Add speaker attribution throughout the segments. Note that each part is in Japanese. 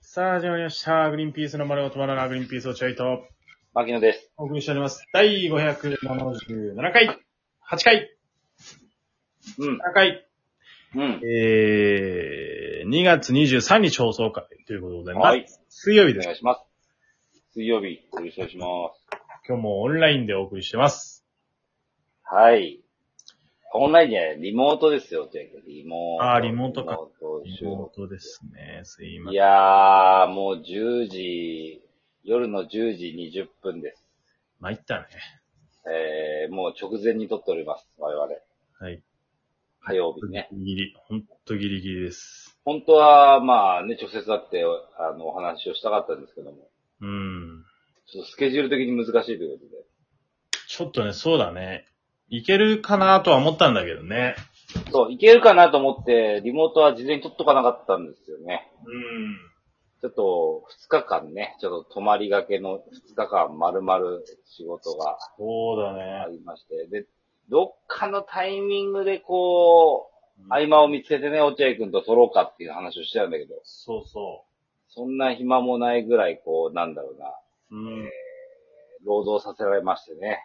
Speaker 1: さあ、始まりました。グリーンピースの丸を止まらないグリーンピースをちょいと
Speaker 2: 牧野です。
Speaker 1: お送りしております。第577回、8回、
Speaker 2: うん。
Speaker 1: 7回、
Speaker 2: うん。
Speaker 1: えー、2月23日放送会ということでございます。
Speaker 2: はい
Speaker 1: 水曜日
Speaker 2: お
Speaker 1: です
Speaker 2: 願い。します。水曜日、ご一緒します。
Speaker 1: 今日もオンラインでお送りしてます。
Speaker 2: はい。オンラインじゃない、リモートですよ、というかリモート。
Speaker 1: あーリモートか
Speaker 2: リモート
Speaker 1: リ
Speaker 2: 収
Speaker 1: モ
Speaker 2: 録
Speaker 1: ートですね。すいま
Speaker 2: い
Speaker 1: せん。
Speaker 2: やー、もう10時、夜の10時20分です。
Speaker 1: 参ったね。
Speaker 2: えー、もう直前に撮っております、我々。
Speaker 1: はい。
Speaker 2: 火曜日ね。
Speaker 1: ギリギリ、ほんとギリギリです。
Speaker 2: 本当は、まあね、直接会って、あの、お話をしたかったんですけども、
Speaker 1: うん。
Speaker 2: ちょっとスケジュール的に難しいということで。
Speaker 1: ちょっとね、そうだね。いけるかなとは思ったんだけどね。
Speaker 2: そう、いけるかなと思って、リモートは事前に撮っとかなかったんですよね。
Speaker 1: うん。
Speaker 2: ちょっと、二日間ね、ちょっと泊まりがけの二日間、丸々仕事が
Speaker 1: そうだね
Speaker 2: あ。りまして、で、どっかのタイミングでこう、合間を見つけてね、落合くんと撮ろうかっていう話をしてたんだけど、
Speaker 1: そうそ
Speaker 2: そんな暇もないぐらい、こう、なんだろうな、
Speaker 1: う。うん。
Speaker 2: 労働させられましてね。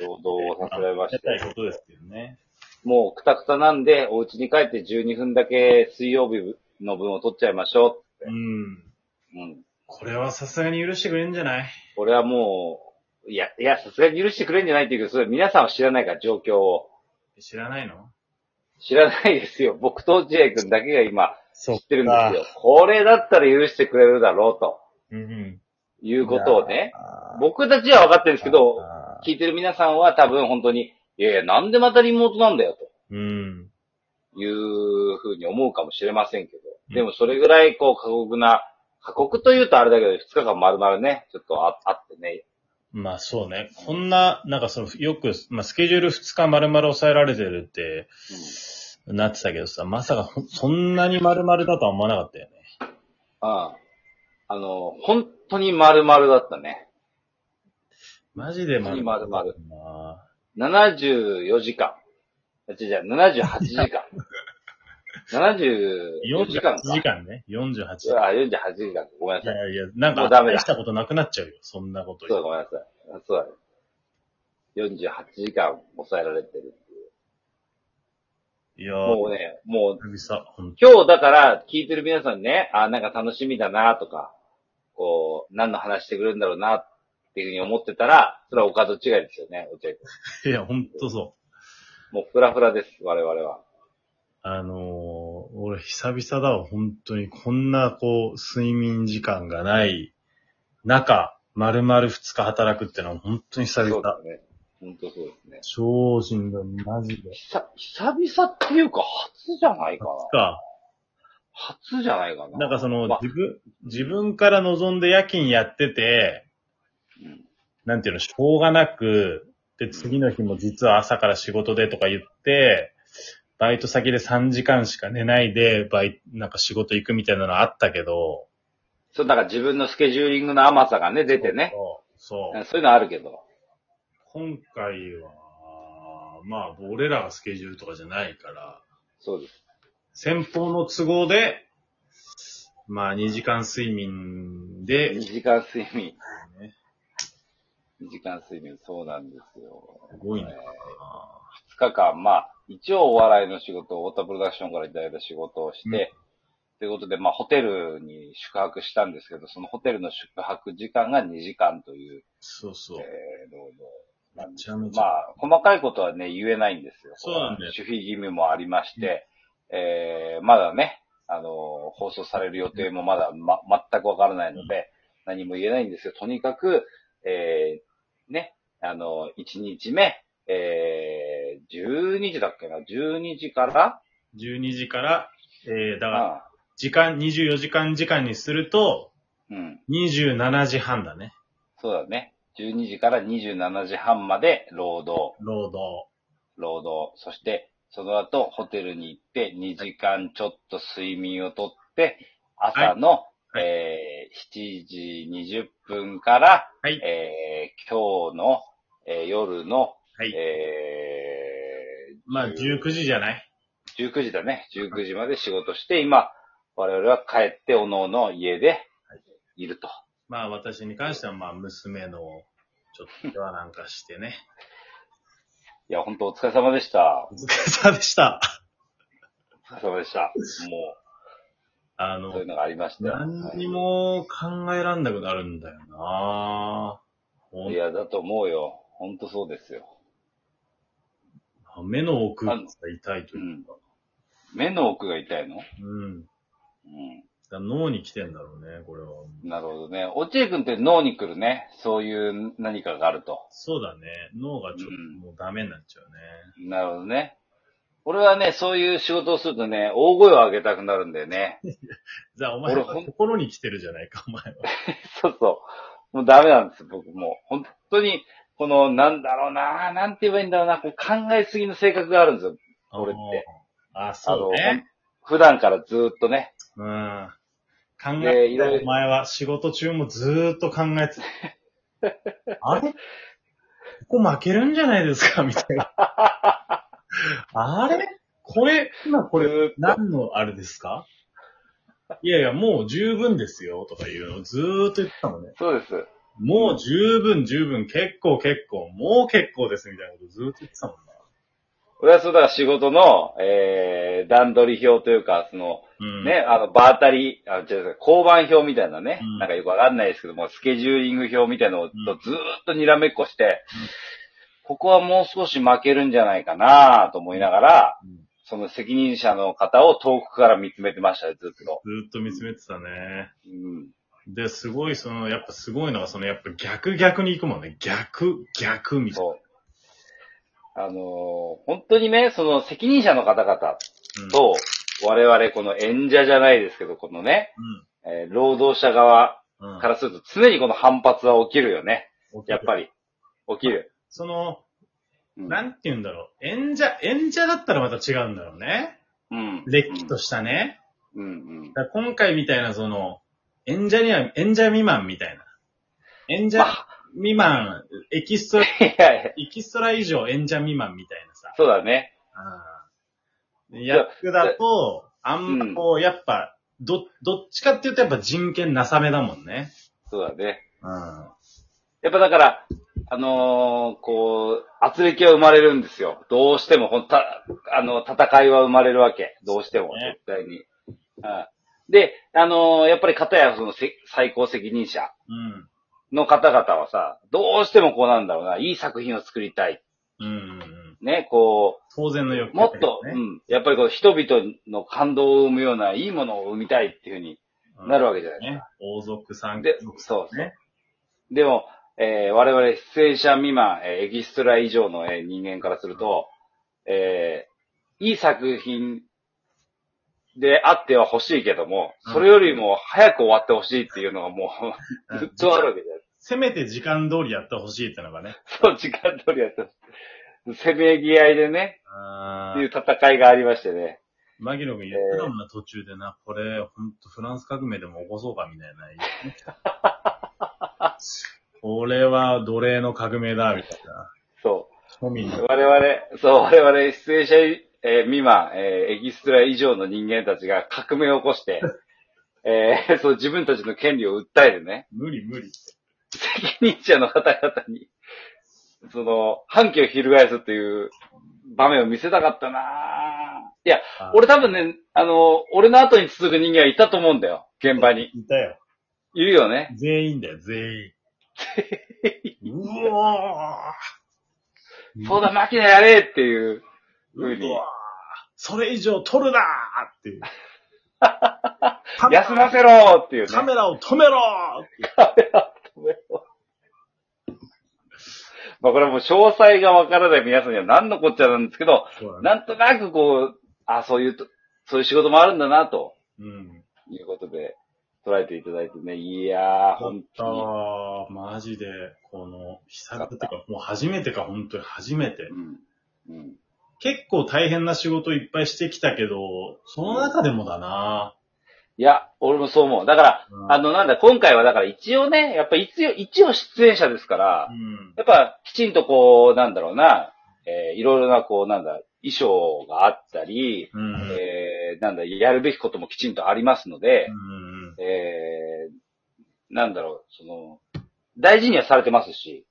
Speaker 2: 労働をさせられまし
Speaker 1: やりたい
Speaker 2: て、
Speaker 1: ことですけどね。
Speaker 2: もうくたくたなんで、お家に帰って12分だけ水曜日の分を撮っちゃいましょう
Speaker 1: うん。
Speaker 2: うん。
Speaker 1: これはさすがに許してくれんじゃない
Speaker 2: 俺はもう、いや、いや、さすがに許してくれんじゃないって言うけど、それ皆さんは知らないから、状況を。
Speaker 1: 知らないの
Speaker 2: 知らないですよ。 僕とジェイ君だけが今、
Speaker 1: そ
Speaker 2: 知ってるんですよ。これだったら許してくれるだろう、と
Speaker 1: うん。
Speaker 2: いうことをね。
Speaker 1: あー、
Speaker 2: 僕たちは分かってるんですけど、
Speaker 1: あー
Speaker 2: 聞いてる皆さんは多分本当に、いやいや、なんでまたリモートなんだよ、
Speaker 1: うん。
Speaker 2: というふうに思うかもしれませんけ
Speaker 1: うん
Speaker 2: ど。でもそれぐらい、こう、過酷な、過酷というとあれだけど、二日間丸々ね、ちょっとああってね、
Speaker 1: まあそうね。こんな、なんかその、よく、まあスケジュール2日丸々抑えられてるって、なってたけどさ、まさかほんそんなに丸々だとは思わなかったよね。
Speaker 2: ああ。あの、本当に丸々だったね。
Speaker 1: マジで丸々。
Speaker 2: 本当に
Speaker 1: 々。
Speaker 2: 74時間。違う違う、78時 間。74
Speaker 1: 48
Speaker 2: 時間か。
Speaker 1: 時間ね。48時
Speaker 2: う
Speaker 1: 間。
Speaker 2: わ48時間。ごめんないさ
Speaker 1: や
Speaker 2: い。
Speaker 1: いや、なん
Speaker 2: も
Speaker 1: か、
Speaker 2: うダメだ
Speaker 1: 大したことなくなっちゃうよ。そんなこと
Speaker 2: そう
Speaker 1: 言
Speaker 2: だ、
Speaker 1: う。
Speaker 2: ごめんなさい。そうだね。48時間抑えられてる。
Speaker 1: いやー、
Speaker 2: もうね、もう、
Speaker 1: 久々、ほんと
Speaker 2: 今日だから聞いてる皆さんね、あ、なんか楽しみだなとか、こう、何の話してくれるんだろうなっていうふうに思ってたら、それはお門違いですよね、お茶屋君
Speaker 1: いや、ほんとそう。
Speaker 2: もうフラフラです、我々は。
Speaker 1: あのー俺久々だわ、本当に。こんな、こう、睡眠時間がない中、丸々2日働くってのは本当に久
Speaker 2: そう
Speaker 1: 々。
Speaker 2: ですね。本当そうですね。
Speaker 1: 超しんどい、マジで。
Speaker 2: 久、久々っていうか初じゃないかな。
Speaker 1: か、
Speaker 2: 初じゃないかな。
Speaker 1: なんかその、
Speaker 2: まあ
Speaker 1: 自分、自分から望んで夜勤やってて、
Speaker 2: うん
Speaker 1: なんていうの、しょうがなく、で、次の日も実は朝から仕事でとか言って、バイト先で3時間しか寝ないで、バイ、なんか仕事行くみたいなのあったけど、
Speaker 2: そう、なんか自分のスケジューリングの甘さがね、出てね。
Speaker 1: そう。そう
Speaker 2: うんそういうのあるけど。
Speaker 1: 今回は、まあ、俺らがスケジュールとかじゃないから、
Speaker 2: そうです。
Speaker 1: 先方の都合で、まあ、2時間睡眠
Speaker 2: 2
Speaker 1: で、
Speaker 2: 時間睡眠。
Speaker 1: ね
Speaker 2: 2時間睡眠、そうなんですよ。
Speaker 1: すごいね。
Speaker 2: 2日間、まあ、一応お笑いの仕事を、太田プロダクションからいただいた仕事をして、ということで、まあ、ホテルに宿泊したんですけど、そのホテルの宿泊時間が2時間という、
Speaker 1: そうそ
Speaker 2: え
Speaker 1: う。
Speaker 2: ー、労働なん
Speaker 1: め
Speaker 2: です
Speaker 1: ちゃめち
Speaker 2: ま
Speaker 1: ゃ。
Speaker 2: あ、細かいことはね、言えないんですよ。
Speaker 1: そうなんだよ
Speaker 2: 守秘義務もありまして、えー、まだね、あのー、放送される予定もまだ、ま、全くわからないので、何も言えないんですよ。とにかく、えー、ね、あのー、1日目、えー、12時だっけな、12時から、
Speaker 1: 12時から、えー、だから、
Speaker 2: あ
Speaker 1: 時間、24時間時間にすると、
Speaker 2: うん、
Speaker 1: 27時半だね。
Speaker 2: そうだね。12時から27時半まで労働、
Speaker 1: 労働。
Speaker 2: 労働、そして、その後、ホテルに行って、2時間ちょっと睡眠をとって、朝の、
Speaker 1: はい
Speaker 2: えー7時20分から、
Speaker 1: はい。
Speaker 2: えー今日の、えー夜の、
Speaker 1: はい。
Speaker 2: え
Speaker 1: まあ、19時じゃない
Speaker 2: ー19時だね。19時まで仕事して、今、我々は帰って、おのおの家でいると。
Speaker 1: まあ私に関してはまあ娘のちょっと世話なんかしてね。
Speaker 2: いや、本当お疲れ様でした。
Speaker 1: お疲れ様でした。
Speaker 2: お疲れ様でした。も
Speaker 1: あ
Speaker 2: う、そう
Speaker 1: の
Speaker 2: いう、のがありました。
Speaker 1: 何にも考えらんなくなるんだよなほ
Speaker 2: はい
Speaker 1: ん
Speaker 2: いや、だと思うよ。本当そうですよ。
Speaker 1: 目の奥が痛いというか。
Speaker 2: 目の奥が痛いの
Speaker 1: うん。だ
Speaker 2: う
Speaker 1: から脳に来てんだろうね、これは。
Speaker 2: ん。なるほどね。落合くんって脳に来るね。そういう何かがあると。
Speaker 1: そうだね。脳がちょっ
Speaker 2: うん
Speaker 1: ともうダメになっちゃうね。
Speaker 2: なるほどね。俺はね、そういう仕事をするとね、大声を上げたくなるんだよね。
Speaker 1: じゃあお前
Speaker 2: 俺ほん
Speaker 1: 心に来てるじゃないか、お前は。
Speaker 2: そうそう。もうダメなんです、僕も。本当に、この、なんだろうななんて言えばいいんだろうなこう考えすぎの性格があるんですよ。 俺って
Speaker 1: あー。あ、そう
Speaker 2: あのほん
Speaker 1: ね。
Speaker 2: 普段からずーっとね。
Speaker 1: うん。考
Speaker 2: で
Speaker 1: え
Speaker 2: い
Speaker 1: て
Speaker 2: ろ
Speaker 1: た、
Speaker 2: いろ
Speaker 1: お前は仕事中もずーっと考えてた。 あれここ負けるんじゃないですかみたいな。あれこれ、今こ
Speaker 2: ず
Speaker 1: れ
Speaker 2: ーっと
Speaker 1: 何のあれですかいやいや、もう十分ですよ、とか言うのをずーっと言ってたのね。
Speaker 2: そうです。
Speaker 1: もう十分十分、結構結構、もう結構です、みたいなことずーっと言ってたもんな。
Speaker 2: 俺はそうだから仕事の、えー、段取り表というか、その、
Speaker 1: うん。
Speaker 2: ね、あの、場当たり、あ、違う違う、交番表みたいなね、
Speaker 1: うん
Speaker 2: なんかよくわかんないですけども、スケジューリング表みたいなのをずーっとにらめっこして、ここはもう少し負けるんじゃないかなと思いながら、
Speaker 1: うん
Speaker 2: その責任者の方を遠くから見つめてましたよ、ずっと。
Speaker 1: ずーっと見つめてたね。
Speaker 2: うん。
Speaker 1: で、すごい、その、やっぱすごいのが、その、やっぱ逆逆に行くもんね。逆、逆みたい
Speaker 2: そう。あのー本当にね、その責任者の方々
Speaker 1: な。うん、
Speaker 2: と、我々この演者じゃないですけど、このね、えー労働者側
Speaker 1: うん。うん。
Speaker 2: からすると常にこの反発は起きるよね。やっぱ
Speaker 1: り。
Speaker 2: り。起きる。
Speaker 1: その、
Speaker 2: うん
Speaker 1: なんて言うんだろう。演者、演者だったらまた違うんだろうね。
Speaker 2: うん。
Speaker 1: れっきとしたね。
Speaker 2: うんうん。
Speaker 1: だから今回みたいな、その、演者には、演者未満みたいな。演者
Speaker 2: まあ
Speaker 1: 未満、エキストラ、
Speaker 2: いやいや、
Speaker 1: エキストラ以上演者未満みたいなさ。
Speaker 2: そうだね。
Speaker 1: うん。役だと、あんまこう、やっぱ、ど、どっちかっていうとやっぱ人権なさめだもんね。
Speaker 2: そうだね。
Speaker 1: うん。
Speaker 2: やっぱだから、あのーこう、圧力は生まれるんですよ。どうしても、ほんた、あの、戦いは生まれるわけ。どうしても、
Speaker 1: ね
Speaker 2: 絶対に。うんで、あのーやっぱり片やそのせ最高責任者
Speaker 1: うん。
Speaker 2: の方々はさ、どうしてもこうなんだろうな、いい作品を作りたい。
Speaker 1: うんうんうん。
Speaker 2: ね、こ
Speaker 1: 当然の欲
Speaker 2: う、
Speaker 1: 求
Speaker 2: もっと、
Speaker 1: だよ
Speaker 2: う
Speaker 1: ね
Speaker 2: ん、やっぱりこう、人々の感動を生むような、いいものを生みたいっていうふうになるわけじゃないですか。
Speaker 1: ね。王族さん。
Speaker 2: で、そうそう。
Speaker 1: ね
Speaker 2: でも、えー我々出演者未満、えーエキストラ以上の、えー人間からすると、えーいい作品であっては欲しいけども、それよりも早く終わってほしいっていうのがも
Speaker 1: うん
Speaker 2: う、ずっとあるわけじゃない。
Speaker 1: せめて時間通りやってほしいってのがね。
Speaker 2: そう、時間通りやってほしいせめぎ合いでね、
Speaker 1: あ
Speaker 2: っていう戦いがありましてね。
Speaker 1: マギロが言ってたもんな、途中でな、これ、ほんとフランス革命でも起こそうかみたいな。 これは奴隷の革命だ、みたいな。
Speaker 2: そう。
Speaker 1: 庶民の。
Speaker 2: 我々、そう、我々、出演者、えー未満、えーエキストラ以上の人間たちが革命を起こして、 えーそう、自分たちの権利を訴えるね、
Speaker 1: 無理無理。
Speaker 2: 責任者の方々に、その、反旗を翻すという場面を見せたかったなぁいや、俺多分ね、あの、俺の後に続く人間はいたと思うんだよ、現場に。
Speaker 1: いたよ。
Speaker 2: いるよね。
Speaker 1: 全員だよ、 全員。うおー
Speaker 2: そうだ、マキナやれっていう風
Speaker 1: う
Speaker 2: に
Speaker 1: わ、それ以上取るなーって いう。
Speaker 2: 休ませろっていうね。
Speaker 1: カメラを止めろ
Speaker 2: まあこれはもう詳細がわからない皆さんには何のこっちゃなんですけど、
Speaker 1: そうだね。
Speaker 2: なんとなくこう、あ、そういうと、そういう仕事もあるんだな、と
Speaker 1: うん。
Speaker 2: いうことで、捉えていただいてね。いやー、
Speaker 1: ほ
Speaker 2: 本
Speaker 1: ん
Speaker 2: 当
Speaker 1: と、マジで、この、久々とか、もう初めてか、本当に初めて
Speaker 2: に。。うん。うん。
Speaker 1: 結構大変な仕事いっぱいしてきたけど、その中でもだない
Speaker 2: や、俺もそう思う。だから、
Speaker 1: うん
Speaker 2: あの、なんだ、今回はだから一応ね、やっぱ一応、一応出演者ですから、
Speaker 1: うん。
Speaker 2: やっぱきちんとこう、なんだろうな、えーいろいろなこう、なんだ、衣装があったり、
Speaker 1: うん。
Speaker 2: えーーなんだ、やるべきこともきちんとありますので、
Speaker 1: うん。
Speaker 2: えーなんだろう、その、大事にはされてますし、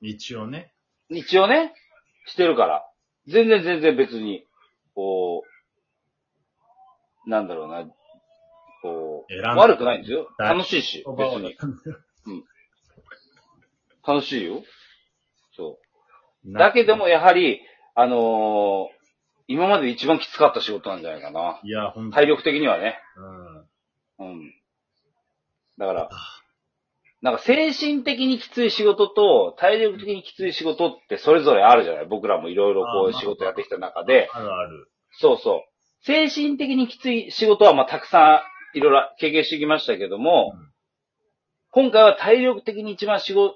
Speaker 1: 一応ね。
Speaker 2: 一応ね、してるから、全然全然別に、こう、なんだろうな、こ
Speaker 1: 選ん
Speaker 2: う、
Speaker 1: だ
Speaker 2: 悪くないんですよ。
Speaker 1: はい
Speaker 2: 楽しいし、別に。 楽しいよ。そう。だけども、やはり、あのー今まで一番きつかった仕事なんじゃないかな。
Speaker 1: いや、本当
Speaker 2: 体力的にはね。
Speaker 1: うん。
Speaker 2: うん。だから、なんか精神的にきつい仕事と体力的にきつい仕事ってそれぞれあるじゃない僕らもいろいろこ
Speaker 1: あー
Speaker 2: う
Speaker 1: まあ
Speaker 2: 仕事やってきた中で、
Speaker 1: あるある。
Speaker 2: そうそう。精神的にきつい仕事はまあたくさんいろいろ経験してきましたけども、
Speaker 1: うん
Speaker 2: 今回は体力的に一番仕事、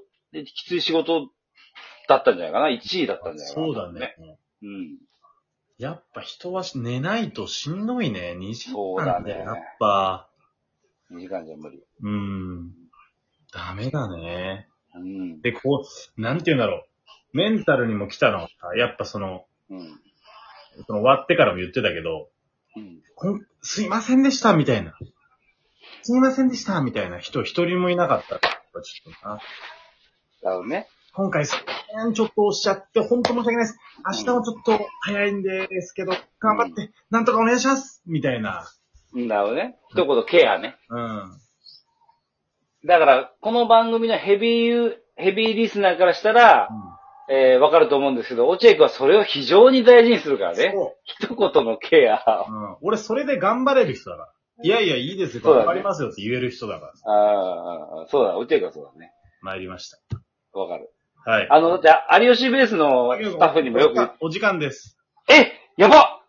Speaker 2: きつい仕事だったんじゃないかな ?1 位だったんじゃないかな。
Speaker 1: そうだね。
Speaker 2: うん。
Speaker 1: やっぱ人は寝ないとしんどいね。2時
Speaker 2: そうだ
Speaker 1: 間
Speaker 2: ね
Speaker 1: でやっぱ、
Speaker 2: 2時間じゃ無理。
Speaker 1: うん。ダメだね。
Speaker 2: うん。
Speaker 1: で、こう、なんて言うんだろう。メンタルにも来たのは、やっぱその、
Speaker 2: うん。
Speaker 1: その終わってからも言ってたけど、
Speaker 2: うん。
Speaker 1: こんすいませんでした、みたいな。すいませんでした、みたいな人一人もいなかったから。やっぱちょっとな
Speaker 2: だろうね。
Speaker 1: 今回すいません、ちょっと押しちゃって、本当申し訳ないです。明日もちょっと早いんですけど、頑張って、なんとかお願いしますみたいな。
Speaker 2: うんだろうね。一言ケアね。
Speaker 1: うん。
Speaker 2: だから、この番組のヘビーユー、ヘビーリスナーからしたら、えー、わかると思うんですけど、落合君はそれを非常に大事にするからね。
Speaker 1: そ
Speaker 2: 一言のケア
Speaker 1: う。うん。俺、それで頑張れる人だから。いやいや、いいですよ。
Speaker 2: そうだね
Speaker 1: 頑張りますよって言える人だから。
Speaker 2: ああ、そうだ、落合君はそうだね。
Speaker 1: 参りました。
Speaker 2: わかる。
Speaker 1: はい。
Speaker 2: あの、だって、有吉ベースのスタッフにもよく、
Speaker 1: お時間です。
Speaker 2: えやば